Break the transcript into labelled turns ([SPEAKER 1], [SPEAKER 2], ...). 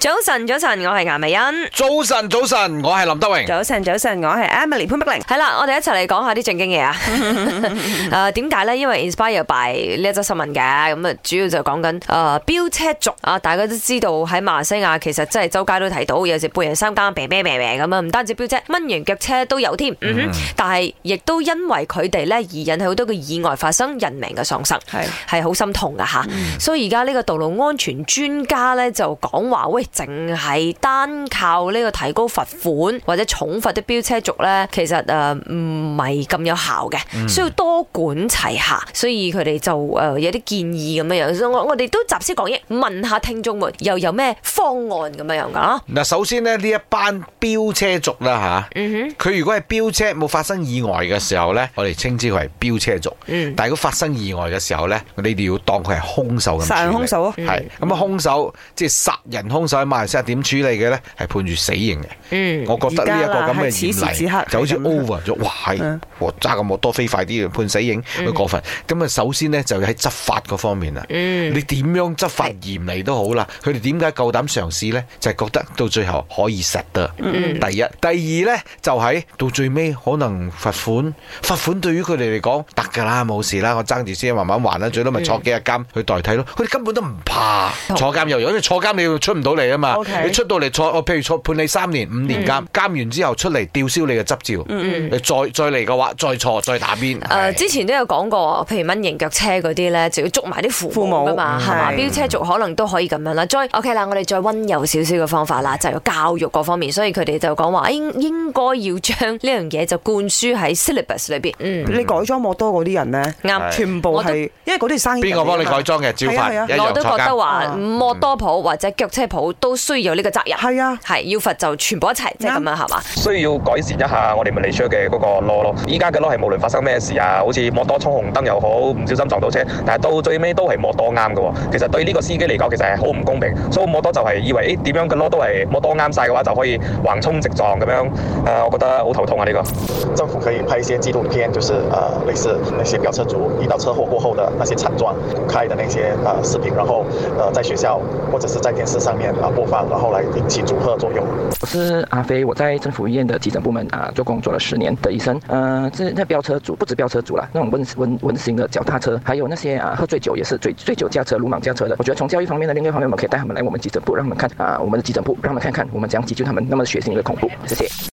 [SPEAKER 1] 早晨，早晨，我係顏美欣。
[SPEAKER 2] 早晨，早晨，我係林德榮。
[SPEAKER 3] 早晨，早晨，我係 Emily 潘碧玲。
[SPEAKER 1] 係啦，我哋一齊嚟講下啲正經嘢啊！誒點解咧？因為 inspire by 呢一則新聞嘅，咁啊主要就講緊誒飆車族啊，大家都知道喺馬來西亞其實真係周街都睇到，有時半夜三更病病病病咁啊，唔單止飆車，蚊型腳車都有添。嗯哼，但係亦都因為佢哋咧而引起好多嘅意外發生，人命嘅喪失。
[SPEAKER 3] 係
[SPEAKER 1] 係好心痛噶吓，所以而家呢個道路安全專家咧就講話，喂，淨係單靠呢個提高罰款或者重罰啲飆車族咧，其實誒唔係咁有效嘅，需要多管齊下，所以佢哋就誒、呃有啲建議咁樣樣，所以我我哋都集思廣益，問下聽眾們又有咩方案咁樣樣噶。
[SPEAKER 2] 嗱，首先咧呢一班飆車族啦吓，
[SPEAKER 1] 嗯哼，
[SPEAKER 2] 佢如果係飆車冇發生意外嘅時候呢，我哋稱之為飆車族。
[SPEAKER 1] 嗯
[SPEAKER 2] 但係如果發生意外嘅時候呢，你哋要當佢係兇手咁處理。
[SPEAKER 3] 殺人兇手啊
[SPEAKER 2] 係咁啊！兇手即係殺人兇手喺馬來西亞點處理嘅呢？係判住死刑嘅。
[SPEAKER 1] 嗯，
[SPEAKER 2] 我覺得呢一個咁嘅
[SPEAKER 3] 而家啦係此時
[SPEAKER 2] 嚴
[SPEAKER 3] 此
[SPEAKER 2] 厲
[SPEAKER 3] 刻
[SPEAKER 2] 就好似
[SPEAKER 3] 係咁
[SPEAKER 2] over 咗，哇係
[SPEAKER 3] 嗯，
[SPEAKER 2] 我揸咁摩多飛快啲判死刑，佢過分。咁啊，首先呢，就喺執法嗰方面啦，
[SPEAKER 3] 嗯
[SPEAKER 2] 你點樣執法嚴厲都好啦，佢哋點解夠膽嘗試呢？就係覺得到最後可以實得。
[SPEAKER 3] 嗯
[SPEAKER 2] 第一，第二呢，就喺到最尾可能罰款，罰款對於佢哋嚟講得㗎啦，冇事啦，我爭住先慢慢還啦，最多咪坐幾日監去代替咯。佢哋根本都唔怕坐監又有，因為坐監你出唔到嚟啊嘛，
[SPEAKER 3] 嗯 OK 嗯
[SPEAKER 2] 你出到嚟坐，我譬如坐判你三年五年監，監完之後出嚟吊銷你嘅執照，你再再嚟嘅話，再坐再打邊。
[SPEAKER 1] 誒、
[SPEAKER 2] 係
[SPEAKER 1] 呃之前都有講過，譬如蚊型腳車嗰啲咧，就要捉埋啲父
[SPEAKER 3] 父
[SPEAKER 1] 母
[SPEAKER 3] 母
[SPEAKER 1] 噶嘛，
[SPEAKER 3] 嗯
[SPEAKER 1] 係嘛？
[SPEAKER 3] 係
[SPEAKER 1] 飆車族可能都可以咁樣啦。再 OK 啦，我哋再温柔少少嘅方法啦，就係教育嗰方面，所以佢哋就講話哎應應該要將呢樣嘢就灌輸喺 syllabus 裏邊。嗯，
[SPEAKER 3] 你改裝摩多嗰啲人咧，
[SPEAKER 1] 啱。
[SPEAKER 3] 全部
[SPEAKER 1] 我都
[SPEAKER 3] 係因為嗰啲係生意人
[SPEAKER 2] 邊
[SPEAKER 3] 嚟
[SPEAKER 2] 個
[SPEAKER 3] 㗎嘛。
[SPEAKER 2] 幫你改裝嘅？照
[SPEAKER 3] 係啊
[SPEAKER 2] 法
[SPEAKER 3] 係啊
[SPEAKER 2] 一
[SPEAKER 1] 我
[SPEAKER 2] 樣
[SPEAKER 1] 都
[SPEAKER 2] 坐
[SPEAKER 1] 覺得
[SPEAKER 2] 監。
[SPEAKER 1] 話
[SPEAKER 3] 啊
[SPEAKER 1] 摩多鋪或者腳車鋪都需要呢個責任，
[SPEAKER 3] 係啊，
[SPEAKER 1] 係要罰就全部一齊，即係咁樣係嘛？
[SPEAKER 4] 需要改善一下我哋 Malaysia 嘅嗰個 law 咯。依家嘅 law 係無論發生咩事啊，好似摩多衝紅燈又好，唔小心撞到車，但係到最尾都係摩多啱嘅喎。其實對呢個司機嚟講，其實係好唔公平。所以摩多就係以為誒點樣嘅 law 都係摩多啱晒嘅話，就可以橫衝直撞咁樣。誒、我覺得好頭痛啊呢、個。
[SPEAKER 5] 政府可以拍一些纪录片，就是呃类似那些飙车族遇到车祸过后的那些惨状，公开的那些呃视频，然后呃在学校或者是在电视上面啊、播放，然后来引起阻吓作用。
[SPEAKER 6] 我是阿啊飞，我在政府医院的急诊部门啊、做工作了十年的医生。呃，这那飙车族不止飙车族啦，那种温温温型的脚踏车，还有那些啊喝醉酒也是醉醉酒驾车、鲁莽驾车的。我觉得从教育方面呢，另外一方面我们可以带他们来我们急诊部，让他们看啊、我们的急诊部，让他们看看我们怎样急救他们那么血腥的恐怖。谢谢。